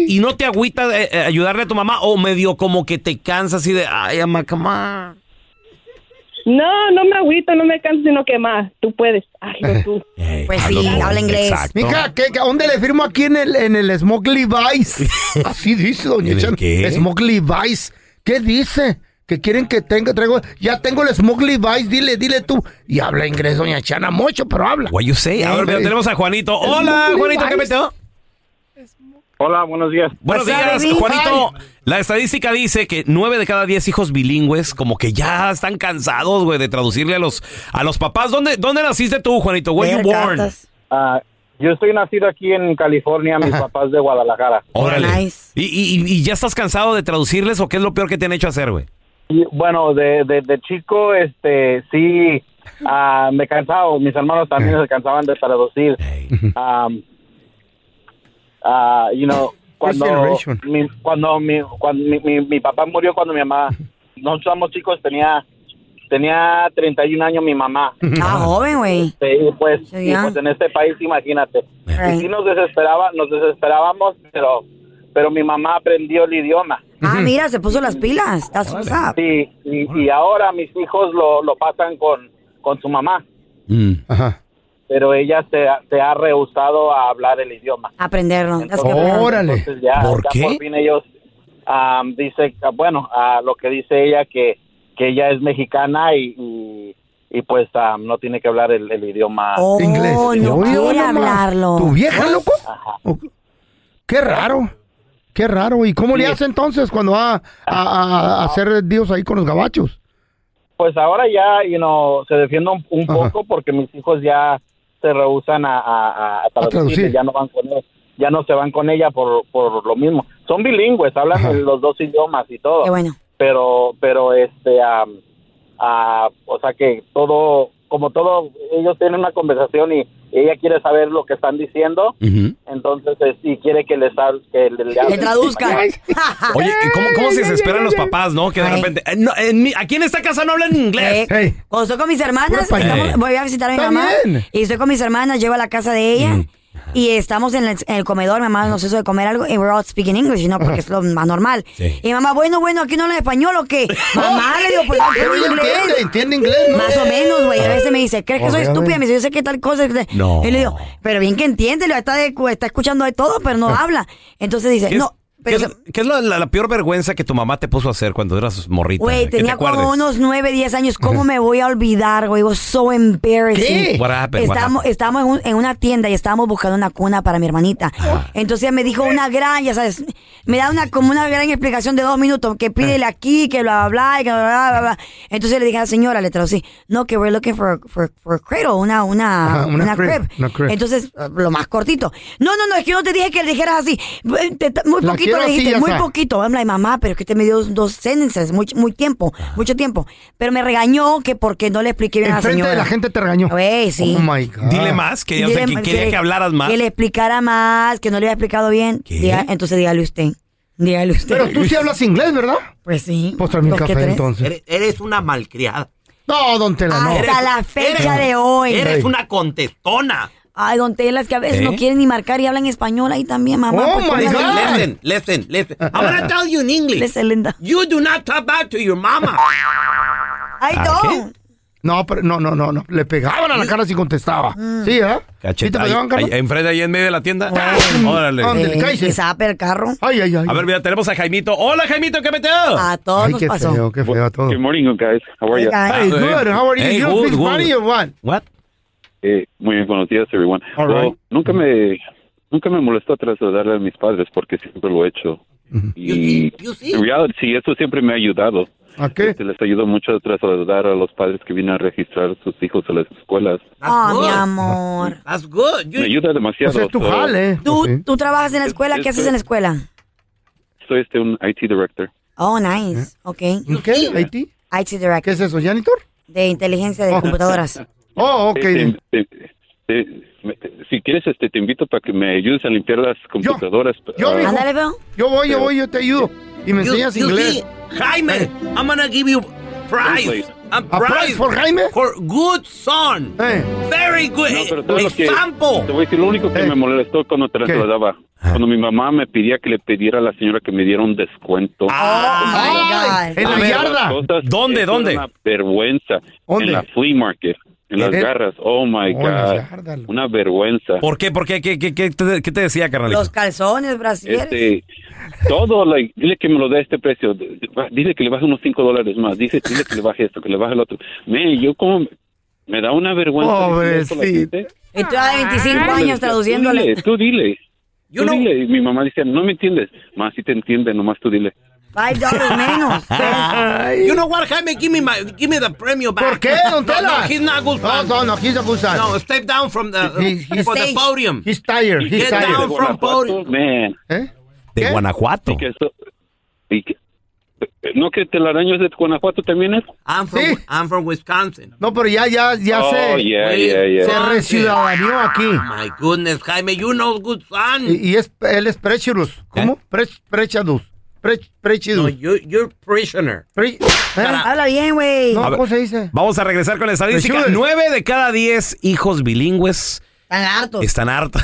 [SPEAKER 1] ¿y no te agüita de, eh, ayudarle a tu mamá o medio como que te cansas así de, ay, ama, come on"?
[SPEAKER 7] No, no me agüito, no me canso, sino que más. Tú puedes. Hazlo
[SPEAKER 1] [laughs]
[SPEAKER 7] tú.
[SPEAKER 1] Eh,
[SPEAKER 3] Pues
[SPEAKER 1] hazlo
[SPEAKER 3] sí,
[SPEAKER 1] tú.
[SPEAKER 3] habla inglés.
[SPEAKER 1] Exacto.
[SPEAKER 2] Mija, ¿qué, qué- dónde le firmo aquí en el, en el Smoke
[SPEAKER 1] [laughs]
[SPEAKER 2] Levi's? Así dice, doña
[SPEAKER 1] ¿En el
[SPEAKER 2] Chan.
[SPEAKER 1] qué?
[SPEAKER 2] Smoke Levi's. ¿Qué dice? Que quieren que tenga, traigo, ya tengo el Smoke Levi's, dile, dile tú. Y habla inglés, doña Chana, mucho, pero habla.
[SPEAKER 1] What you say? A
[SPEAKER 2] Eh,
[SPEAKER 1] ver, mira,
[SPEAKER 2] eh.
[SPEAKER 1] tenemos a Juanito. Hola, Juanito, ¿qué metió?
[SPEAKER 10] Hola, buenos días.
[SPEAKER 1] Buenos
[SPEAKER 3] What's up,
[SPEAKER 1] días,
[SPEAKER 3] baby?
[SPEAKER 1] Juanito. La estadística dice que nueve de cada diez hijos bilingües como que ya están cansados, güey, de traducirle a los a los papás. ¿Dónde, dónde naciste tú, Juanito? Where you
[SPEAKER 3] Ver
[SPEAKER 1] born?
[SPEAKER 3] cartas.
[SPEAKER 10] Ah, yo estoy nacido aquí en California, mis papás de Guadalajara.
[SPEAKER 1] Órale.
[SPEAKER 3] Nice.
[SPEAKER 1] ¿Y, y, y ya estás cansado de traducirles o qué es lo peor que te han hecho hacer, güey?
[SPEAKER 10] Y bueno, de, de, de chico, este, sí, ah, me cansaba, mis hermanos también se cansaban de traducir. Um, ah, you know, cuando,
[SPEAKER 2] generation.
[SPEAKER 10] mi, cuando, mi, cuando mi, mi- mi papá murió, cuando mi mamá, nosotros somos chicos, tenía, tenía 31 años mi mamá.
[SPEAKER 3] Estaba Ah, joven, güey.
[SPEAKER 10] Sí, y pues,
[SPEAKER 3] Sí,
[SPEAKER 10] y
[SPEAKER 3] ya.
[SPEAKER 10] pues en este país, imagínate. Y sí
[SPEAKER 3] Right.
[SPEAKER 10] nos desesperaba, nos desesperábamos, pero pero mi mamá aprendió el idioma.
[SPEAKER 3] Ah, mira, se puso las pilas. That's what's up.
[SPEAKER 10] Sí, y, y ahora mis hijos lo, lo pasan con, con su mamá,
[SPEAKER 2] Ajá.
[SPEAKER 10] pero ella se, ha- se ha rehusado a hablar el idioma.
[SPEAKER 3] Aprenderlo. Ah, That's good for her.
[SPEAKER 2] Órale.
[SPEAKER 10] Entonces ya,
[SPEAKER 1] ¿Por
[SPEAKER 10] ya
[SPEAKER 1] qué?
[SPEAKER 10] por fin ellos am, dice, ah, bueno, ah, lo que dice ella que, que ella es mexicana y, y, y, pues am, no tiene que hablar el, el idioma.
[SPEAKER 3] Oh,
[SPEAKER 2] inglés.
[SPEAKER 3] no
[SPEAKER 2] Oye,
[SPEAKER 3] quiere
[SPEAKER 2] nomás,
[SPEAKER 3] hablarlo.
[SPEAKER 2] ¿Tu vieja, loco? O- Qué raro. Qué raro. ¿Y cómo le
[SPEAKER 10] Sí.
[SPEAKER 2] hace entonces cuando va a, a- a hacer dios ahí con los gabachos?
[SPEAKER 10] Pues ahora ya, you know, se defiende un, un
[SPEAKER 2] Ajá.
[SPEAKER 10] poco porque mis hijos ya se rehusan a, a- a- a traducir,
[SPEAKER 2] traducir.
[SPEAKER 10] ya no van con él- ya no se van con ella por, por lo mismo. Son bilingües, hablan los dos idiomas y todo.
[SPEAKER 1] [laughs]
[SPEAKER 10] Pero, pero este, am, ah, o sea que todo, como todo, ellos tienen una conversación y ella quiere saber lo que están diciendo, entonces eh, sí quiere que les hable, que le, le hablen en español.
[SPEAKER 1] Oye, ¿y ¿cómo, cómo se desesperan los papás, no? Que de repente, eh, no, en mi- aquí en esta casa no hablan inglés.
[SPEAKER 3] Eh, Cuando estoy con mis hermanas,
[SPEAKER 1] Puro español.
[SPEAKER 3] estamos-
[SPEAKER 1] Ey.
[SPEAKER 3] voy a visitar a mi
[SPEAKER 1] Está
[SPEAKER 3] mamá.
[SPEAKER 1] bien.
[SPEAKER 3] Y estoy con mis hermanas, llego a la casa de ella. Y estamos en el, en el comedor, mi mamá nos hizo de comer algo y we're all speaking English, you know, porque es lo más normal. Y mamá, bueno, bueno, ¿aquí no hablan español
[SPEAKER 1] [laughs]
[SPEAKER 3] o qué? Mamá, le digo, pues no
[SPEAKER 2] Pero
[SPEAKER 3] hablo
[SPEAKER 2] ella
[SPEAKER 3] inglés.
[SPEAKER 2] entiende, entiende inglés, ¿no?
[SPEAKER 3] Más o menos, güey. A veces me dice, ¿crees que soy
[SPEAKER 2] Obviamente.
[SPEAKER 3] estúpida? Me dice, yo sé qué tal cosa.
[SPEAKER 2] No.
[SPEAKER 3] Y le digo, pero bien que entiende, le está, de- está escuchando de todo,
[SPEAKER 2] [laughs]
[SPEAKER 3] pero no habla. Entonces dice,
[SPEAKER 1] ¿Qué es,
[SPEAKER 3] no,
[SPEAKER 1] qué es- qué es la, la- la peor vergüenza que tu mamá te puso a hacer cuando eras morrita?
[SPEAKER 3] Güey,
[SPEAKER 1] Que te
[SPEAKER 3] tenía como
[SPEAKER 1] acuerdes.
[SPEAKER 3] unos 9, 10 años. ¿Cómo me voy a olvidar, güey? It was so embarrassing.
[SPEAKER 1] ¿Qué? What happened? What
[SPEAKER 3] Estábamos, estábamos en, un- en una tienda y estábamos buscando una cuna para mi hermanita. Entonces ella me dijo una gran, ya sabes, me da una como una gran explicación de dos minutos, que pídele aquí, que bla, bla, bla, y que bla, bla, bla, bla. Entonces le dije a la señora, le traducí, no, que we're looking for, for, for a cradle, una, una,
[SPEAKER 2] Ajá,
[SPEAKER 3] una,
[SPEAKER 2] una crib,
[SPEAKER 3] crib.
[SPEAKER 2] una crib.
[SPEAKER 3] Entonces, lo más cortito. No, no, no, es que yo te dije que le dijeras así. Te- te- muy
[SPEAKER 2] La
[SPEAKER 3] poquito
[SPEAKER 2] quiero
[SPEAKER 3] le
[SPEAKER 2] así,
[SPEAKER 3] dijiste,
[SPEAKER 2] ya
[SPEAKER 3] muy
[SPEAKER 2] sabes.
[SPEAKER 3] poquito poquito. I'm like, mamá, pero es que usted me dio dos sentences, muy, muy tiempo, mucho tiempo. Pero me regañó que porque no le expliqué bien a la
[SPEAKER 2] Enfrente
[SPEAKER 3] señora.
[SPEAKER 2] de la gente te regañó.
[SPEAKER 3] Güey, sí.
[SPEAKER 2] Oh my God.
[SPEAKER 1] Dile más, que, o sea,
[SPEAKER 3] Dile-
[SPEAKER 1] que quería que hablaras más.
[SPEAKER 3] Que le explicara más, que no le había explicado bien. Diga- entonces dígale usted. Dígale usted.
[SPEAKER 2] Pero tú sí hablas inglés, ¿verdad?
[SPEAKER 3] Pues sí.
[SPEAKER 2] Pues tráeme un
[SPEAKER 3] Dos
[SPEAKER 2] café
[SPEAKER 3] que tres.
[SPEAKER 2] entonces.
[SPEAKER 11] Eres una malcriada.
[SPEAKER 2] No, don Tela, no.
[SPEAKER 3] Hasta la fecha de hoy.
[SPEAKER 11] Eres una contestona.
[SPEAKER 3] Ay, don Tela, es que a veces
[SPEAKER 11] ¿Eh?
[SPEAKER 3] no quieren ni marcar y hablan español ahí también,
[SPEAKER 2] Oh
[SPEAKER 3] mamá. pues, póngale-
[SPEAKER 11] Listen, listen, listen. Oh I'm gonna tell you in English.
[SPEAKER 3] Listen, Linda.
[SPEAKER 11] You do not talk back to your mama.
[SPEAKER 3] I don't.
[SPEAKER 2] No, pero no, no, no, no. Le pegaban
[SPEAKER 3] Mm.
[SPEAKER 2] a la cara si contestaba. Sí, ¿eh?
[SPEAKER 1] Cacheta,
[SPEAKER 2] ¿Sí te
[SPEAKER 1] ahí-
[SPEAKER 2] pegaban,
[SPEAKER 1] ahí-
[SPEAKER 2] Carlos?
[SPEAKER 1] enfrente, ahí en medio de la tienda. Órale.
[SPEAKER 2] Ándale,
[SPEAKER 3] Eh,
[SPEAKER 2] cállese.
[SPEAKER 3] que sape el carro.
[SPEAKER 2] Ah, Ay, ay, ay.
[SPEAKER 1] A ver, mira, tenemos a Jaimito. Hola, Jaimito, ¿qué meteo?
[SPEAKER 3] A todos
[SPEAKER 2] Ay,
[SPEAKER 3] nos
[SPEAKER 2] qué
[SPEAKER 3] pasó.
[SPEAKER 2] feo, qué feo Ah, a todos.
[SPEAKER 12] Good morning, guys. How are you?
[SPEAKER 2] Hey, good. How are you?
[SPEAKER 12] Hey,
[SPEAKER 2] you
[SPEAKER 12] good,
[SPEAKER 2] speak
[SPEAKER 12] good.
[SPEAKER 2] Spanish or what?
[SPEAKER 12] Eh, muy bien, buenos días, everyone.
[SPEAKER 2] All
[SPEAKER 12] Well,
[SPEAKER 2] right. Mm.
[SPEAKER 12] nunca me nunca me molestó trasladarle a mis padres porque siempre lo he hecho. Y en realidad, sí, eso siempre me ha ayudado. Este,
[SPEAKER 2] ¿A qué?
[SPEAKER 12] les ayudó mucho a trasladar a los padres que vienen a registrar a sus hijos a las escuelas.
[SPEAKER 3] Ah, mi amor.
[SPEAKER 11] That's good.
[SPEAKER 12] Me ayuda
[SPEAKER 2] Pues
[SPEAKER 12] demasiado. So,
[SPEAKER 3] ¿Tú, tú trabajas en la escuela? ¿Qué haces en la escuela?
[SPEAKER 12] Soy este un IT director.
[SPEAKER 3] Oh, nice. Ok.
[SPEAKER 2] ¿Eh? ¿Qué? ¿IT?
[SPEAKER 3] IT Director.
[SPEAKER 2] ¿Qué es eso, janitor?
[SPEAKER 3] De inteligencia de computadoras.
[SPEAKER 2] [laughs] Oh, ok.
[SPEAKER 12] Te- Este, te- te- me- te- si quieres, este, te invito para que me ayudes a limpiar las computadoras.
[SPEAKER 2] Yo,
[SPEAKER 12] Ah,
[SPEAKER 2] mijo. Yo voy, yo
[SPEAKER 12] Pero-
[SPEAKER 2] voy, yo te ayudo. Y me
[SPEAKER 11] You-
[SPEAKER 2] enseñas
[SPEAKER 11] you
[SPEAKER 2] inglés.
[SPEAKER 11] see, Jaime, I'm gonna give you prize. A
[SPEAKER 2] prize for Jaime?
[SPEAKER 11] For good son. Very good.
[SPEAKER 12] ¿Sabes lo que-
[SPEAKER 11] Example.
[SPEAKER 12] Te voy a decir lo único que me molestó cuando trasladaba.
[SPEAKER 1] Ah.
[SPEAKER 12] Cuando mi mamá me pedía que le pidiera a la señora que me diera un descuento.
[SPEAKER 1] ¡Ah!
[SPEAKER 2] Ay, en
[SPEAKER 12] A
[SPEAKER 2] la
[SPEAKER 12] ver,
[SPEAKER 2] yarda.
[SPEAKER 12] las cosas,
[SPEAKER 2] ¿Dónde,
[SPEAKER 12] eso
[SPEAKER 2] dónde?
[SPEAKER 12] era Una vergüenza.
[SPEAKER 2] ¿Dónde?
[SPEAKER 12] En la flea market. En las
[SPEAKER 1] ¿Eh?
[SPEAKER 12] garras. Oh my
[SPEAKER 1] Oh, en
[SPEAKER 12] God.
[SPEAKER 1] las
[SPEAKER 12] Una vergüenza.
[SPEAKER 1] ¿Por qué? ¿Por qué? ¿Qué, qué- qué te, qué te decía, carnalito?
[SPEAKER 3] Los calzones, brasier.
[SPEAKER 12] Este, todo, like, dile que me lo dé a este precio. Dile que le baje unos 5 dólares más. Dice, dile que le baje esto, que le baje el otro. Me, yo como. Me da una vergüenza. decirle eso a la gente.
[SPEAKER 7] ¿Eh?
[SPEAKER 3] Y tú de 25
[SPEAKER 1] Ah.
[SPEAKER 12] Tú
[SPEAKER 3] años
[SPEAKER 12] dile,
[SPEAKER 3] traduciéndole.
[SPEAKER 1] ¿Eh?
[SPEAKER 12] Tú dile. Tú dile. Y mi mamá dice, no me entiendes. Más si te entiende, nomás tú dile.
[SPEAKER 3] Five dollars menos.
[SPEAKER 12] [laughs]
[SPEAKER 3] pues.
[SPEAKER 11] You know what, Jaime? Give me my, give me the premio back.
[SPEAKER 2] ¿Por qué, don
[SPEAKER 11] No, no,
[SPEAKER 2] Tela?
[SPEAKER 11] he's not good.
[SPEAKER 2] No, no, no, he's a good son.
[SPEAKER 11] No, step down from the,
[SPEAKER 2] He- he-
[SPEAKER 11] for the
[SPEAKER 2] stage.
[SPEAKER 11] podium.
[SPEAKER 2] He's tired, he's
[SPEAKER 11] Get
[SPEAKER 2] tired.
[SPEAKER 11] down from podium.
[SPEAKER 12] Man.
[SPEAKER 1] De Guanajuato.
[SPEAKER 12] Y que eso- y que- ¿No que telaraño es de Guanajuato también ¿eh? es?
[SPEAKER 11] I'm from, I'm from Wisconsin.
[SPEAKER 2] No, pero ya, ya, ya
[SPEAKER 12] Oh,
[SPEAKER 2] se,
[SPEAKER 12] yeah, yeah, yeah.
[SPEAKER 2] se reciudadanió aquí.
[SPEAKER 11] Ah, My goodness, Jaime, you know good son.
[SPEAKER 2] Y, y es, él es precious. ¿Cómo? Pre, precious. Pre, precious.
[SPEAKER 11] No, you, you're prisoner.
[SPEAKER 2] Pre-
[SPEAKER 3] Habla bien, güey.
[SPEAKER 2] No,
[SPEAKER 1] A ver.
[SPEAKER 2] ¿cómo se dice?
[SPEAKER 1] Vamos a regresar con la estadística.
[SPEAKER 2] Precious.
[SPEAKER 1] Nueve de cada diez hijos bilingües
[SPEAKER 3] Están hartos.
[SPEAKER 1] están hartos.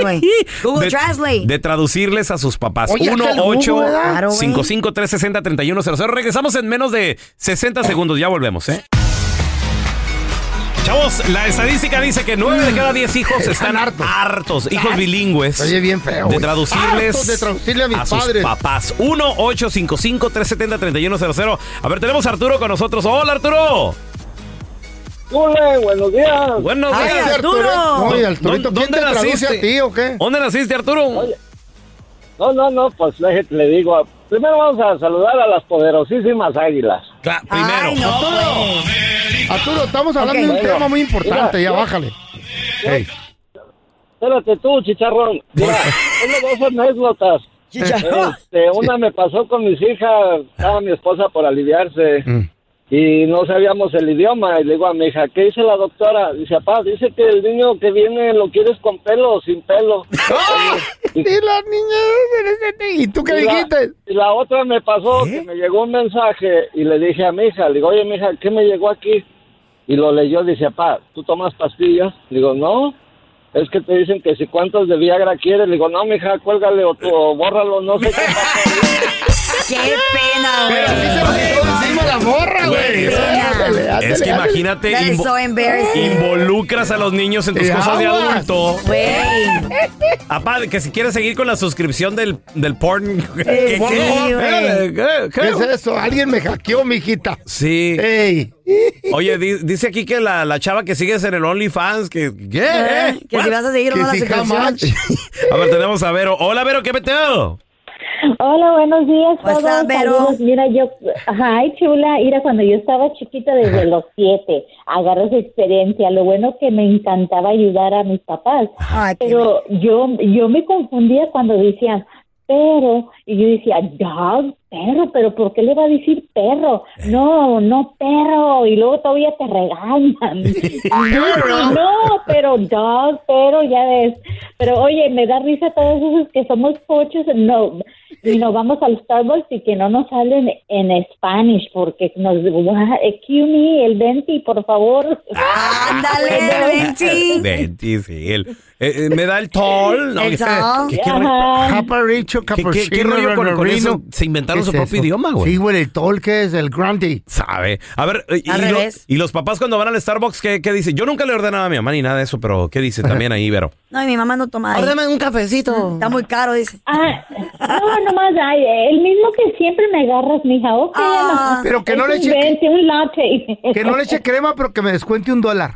[SPEAKER 2] [laughs]
[SPEAKER 3] güey. Google
[SPEAKER 1] De-
[SPEAKER 3] Translate.
[SPEAKER 1] De traducirles a sus papás.
[SPEAKER 3] Oye, hasta el Google, ¿verdad? Claro, güey.
[SPEAKER 1] 1-8-55-360-3100. Regresamos en menos de 60 segundos. Ya volvemos, ¿eh? Chavos, la estadística dice que 9 de cada 10 hijos están hartos. hijos bilingües.
[SPEAKER 2] Oye, bien feo,
[SPEAKER 1] De
[SPEAKER 2] güey.
[SPEAKER 1] traducirles
[SPEAKER 2] Hartos de traducirle a mis
[SPEAKER 1] sus
[SPEAKER 2] padres.
[SPEAKER 1] papás. 1-855-370-3100. A ver, tenemos a Arturo con nosotros. Hola, Arturo.
[SPEAKER 13] Hola, eh, buenos días.
[SPEAKER 1] Buenos
[SPEAKER 2] Ay,
[SPEAKER 1] días,
[SPEAKER 2] Arturo.
[SPEAKER 1] Arturo.
[SPEAKER 2] Oye, Arturito,
[SPEAKER 1] ¿Dónde
[SPEAKER 2] ¿quién te traduce
[SPEAKER 1] naciste?
[SPEAKER 2] a ti o qué?
[SPEAKER 1] ¿Dónde naciste, Arturo?
[SPEAKER 13] No, no, no, pues le, le digo, primero vamos a saludar a las poderosísimas águilas.
[SPEAKER 1] primero.
[SPEAKER 2] Arturo, Arturo, estamos hablando de un
[SPEAKER 13] Bueno,
[SPEAKER 2] tema muy importante, ya
[SPEAKER 13] mira, yo-
[SPEAKER 2] bájale. Hey.
[SPEAKER 13] Espérate tú, chicharrón. Mira, tengo dos anécdotas.
[SPEAKER 14] Chicharrón.
[SPEAKER 13] Este, una me pasó con mis hijas, estaba mi esposa por aliviarse
[SPEAKER 1] Mm.
[SPEAKER 13] y no sabíamos el idioma. Y le digo a mi hija, ¿qué dice la doctora? Dice, papá, dice que el niño que viene lo quieres con pelo o sin pelo.
[SPEAKER 2] y la niña, ¿y tú qué
[SPEAKER 13] Y la-
[SPEAKER 2] dijiste?
[SPEAKER 13] y la otra me pasó
[SPEAKER 14] ¿Eh?
[SPEAKER 13] que me llegó un mensaje y le dije a mi hija, le digo, oye, mi hija, ¿qué me llegó aquí? Y lo leyó, dice, papá, ¿tú tomas pastillas? Le digo, no, es que te dicen que si cuántos de Viagra quieres. Le digo, no, mija, cuélgale o, tú- o bórralo, no sé qué
[SPEAKER 14] [laughs]
[SPEAKER 13] pasa".
[SPEAKER 3] ¡Qué pena, güey!
[SPEAKER 2] encima la morra,
[SPEAKER 3] güey.
[SPEAKER 1] Es que imagínate,
[SPEAKER 3] That is
[SPEAKER 1] invo-
[SPEAKER 3] so embarrassing.
[SPEAKER 1] involucras a los niños en tus
[SPEAKER 3] Te
[SPEAKER 1] cosas de
[SPEAKER 3] aguas.
[SPEAKER 1] adulto.
[SPEAKER 2] Eh,
[SPEAKER 3] Güey.
[SPEAKER 1] Aparte, que si quieres seguir con la suscripción del, del porn. ¿qué-
[SPEAKER 2] Eh,
[SPEAKER 1] qué-
[SPEAKER 2] por favor,
[SPEAKER 1] qué-
[SPEAKER 2] eh,
[SPEAKER 1] qué-
[SPEAKER 2] ¿Qué es eso? Alguien me hackeó, mijita.
[SPEAKER 1] Sí.
[SPEAKER 2] Ey. [laughs]
[SPEAKER 1] Oye, di- dice aquí que la, la chava que sigues en el OnlyFans, que... ¿qué?
[SPEAKER 3] Eh,
[SPEAKER 1] ¿Eh?
[SPEAKER 3] Que si vas a seguir o
[SPEAKER 1] Que
[SPEAKER 3] no la
[SPEAKER 1] si
[SPEAKER 3] suscripción.
[SPEAKER 1] jamás. A ver, tenemos a Vero. Hola, Vero, ¿qué meteo?
[SPEAKER 15] Hola, buenos días.
[SPEAKER 3] What's
[SPEAKER 15] todos.
[SPEAKER 3] up, Vero?
[SPEAKER 15] Saludos. Mira, yo, ay, chula, mira, cuando yo estaba chiquita desde los siete, agarras experiencia. Lo bueno que me encantaba ayudar a mis papás,
[SPEAKER 3] Ah,
[SPEAKER 15] pero yo, yo me confundía cuando decían pero, y yo decía, dog, perro, pero ¿por qué le va a decir perro? No, no, perro, y luego todavía
[SPEAKER 3] [laughs]
[SPEAKER 15] te regañan. [laughs] Y yo,
[SPEAKER 14] Perro.
[SPEAKER 15] no, pero dog, pero ya ves. Pero oye, me da risa todos esos que somos pochos, no, y nos vamos al Starbucks y que no nos hablen en Spanish porque nos, excuse el venti, por favor.
[SPEAKER 3] Ándale, el
[SPEAKER 1] [laughs]
[SPEAKER 3] venti.
[SPEAKER 1] Venti, sí, el- eh, eh, me da el tol.
[SPEAKER 3] El tol.
[SPEAKER 1] ¿Qué, qué-
[SPEAKER 15] Ajá.
[SPEAKER 2] Caparicho,
[SPEAKER 1] qué- qué rollo con- con eso? Se inventaron su propio idioma, güey.
[SPEAKER 2] Sí, güey, el tol que es, el grunty.
[SPEAKER 1] Sabe. A ver, eh, y,
[SPEAKER 2] Al
[SPEAKER 1] lo-
[SPEAKER 2] revés.
[SPEAKER 1] y los papás cuando van al Starbucks, ¿qué, qué dicen? Yo nunca le ordenaba a mi mamá ni nada de eso, pero ¿qué dice también ahí, Vero?
[SPEAKER 3] No, y mi mamá no toma ahí.
[SPEAKER 15] un cafecito.
[SPEAKER 3] Está muy caro, dice.
[SPEAKER 15] Ah, no, nomás, ay, el mismo que siempre me agarras, mija. Ok,
[SPEAKER 3] Ah.
[SPEAKER 15] mamá.
[SPEAKER 2] Pero que no
[SPEAKER 15] Es
[SPEAKER 2] le
[SPEAKER 15] un
[SPEAKER 2] eche-
[SPEAKER 15] venti, un latte.
[SPEAKER 2] Que no le eche crema, pero que me descuente un dólar.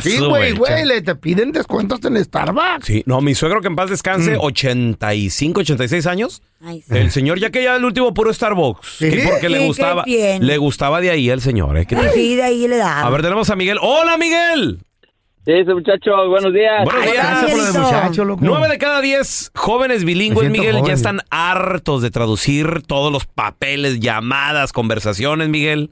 [SPEAKER 2] sí,
[SPEAKER 1] sube,
[SPEAKER 2] güey,
[SPEAKER 1] el
[SPEAKER 2] güey,
[SPEAKER 1] chavo.
[SPEAKER 2] le te piden descuentos en Starbucks.
[SPEAKER 1] Sí, no, mi suegro que en paz descanse,
[SPEAKER 2] Mm.
[SPEAKER 1] 85, 86 años.
[SPEAKER 3] Ay, sí.
[SPEAKER 1] El señor, ya que ya el último puro Starbucks. que porque
[SPEAKER 3] Sí,
[SPEAKER 1] le
[SPEAKER 3] qué
[SPEAKER 1] gustaba.
[SPEAKER 3] bien.
[SPEAKER 1] Le gustaba de ahí al señor, ¿eh? ¿Qué
[SPEAKER 3] Y
[SPEAKER 1] tal?
[SPEAKER 3] [laughs] sí, de ahí le da.
[SPEAKER 1] A ver, tenemos a Miguel. ¡Hola, Miguel!
[SPEAKER 10] Sí, muchachos, buenos días.
[SPEAKER 1] Buenos
[SPEAKER 10] Ay,
[SPEAKER 1] días.
[SPEAKER 10] gracias por lo de muchacho, loco.
[SPEAKER 1] Nueve de cada diez jóvenes bilingües,
[SPEAKER 10] Me siento
[SPEAKER 1] Miguel,
[SPEAKER 10] joven.
[SPEAKER 1] ya están hartos de traducir todos los papeles, llamadas, conversaciones, Miguel.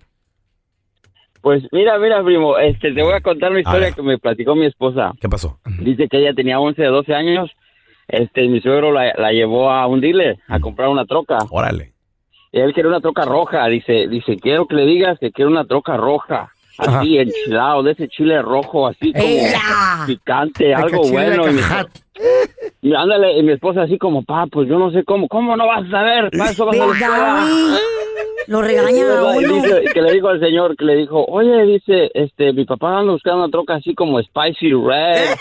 [SPEAKER 10] Pues mira, mira, primo, este, te voy a contar una historia que me platicó mi esposa.
[SPEAKER 1] ¿Qué pasó?
[SPEAKER 10] Dice que ella tenía 11 o 12 años. Este, y mi suegro la, la llevó a un dealer a comprar una troca.
[SPEAKER 1] Órale.
[SPEAKER 10] Él quería una troca roja, dice, dice, quiero que le digas que quiero una troca roja. Así, enchilado, de ese chile rojo, así como
[SPEAKER 14] ¡Ella!
[SPEAKER 10] picante,
[SPEAKER 14] Like
[SPEAKER 10] algo
[SPEAKER 14] a chile,
[SPEAKER 10] bueno.
[SPEAKER 14] like a
[SPEAKER 10] Y mi-
[SPEAKER 14] hot.
[SPEAKER 10] y ándale, y mi esposa así como, pa, pues yo no sé cómo, ¿cómo no vas a saber? Pa, eso vas a la escuela".
[SPEAKER 3] ¿Verdad, güey? Lo regaña a
[SPEAKER 10] Y
[SPEAKER 3] uno.
[SPEAKER 10] dice- que le dijo al señor, que le dijo, oye, dice, este, mi papá anda buscando una troca así como spicy red.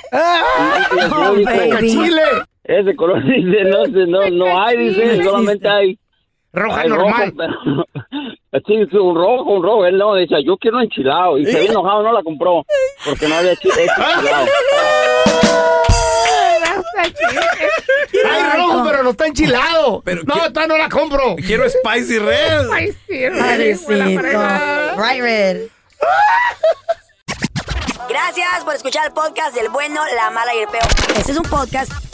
[SPEAKER 10] Y el señor dijo, Ese
[SPEAKER 13] [laughs]
[SPEAKER 10] color dice, no, sé, no, no hay, dice,
[SPEAKER 14] Cachile.
[SPEAKER 10] solamente hay.
[SPEAKER 14] Roja
[SPEAKER 10] hay
[SPEAKER 14] normal.
[SPEAKER 10] Rojo,
[SPEAKER 13] [laughs]
[SPEAKER 10] pero- sí, dice, un rojo, un rojo. Él no, decía, yo quiero enchilado. Y se había enojado, no la compró. Porque no había chi- hecho enchilado.
[SPEAKER 2] Ay, rojo, pero no está enchilado. no, esta no la compro.
[SPEAKER 1] Quiero Spicy Red.
[SPEAKER 3] Right,
[SPEAKER 15] [laughs]
[SPEAKER 3] Red. Gracias por escuchar el podcast del bueno, la mala y el peo. Este es un podcast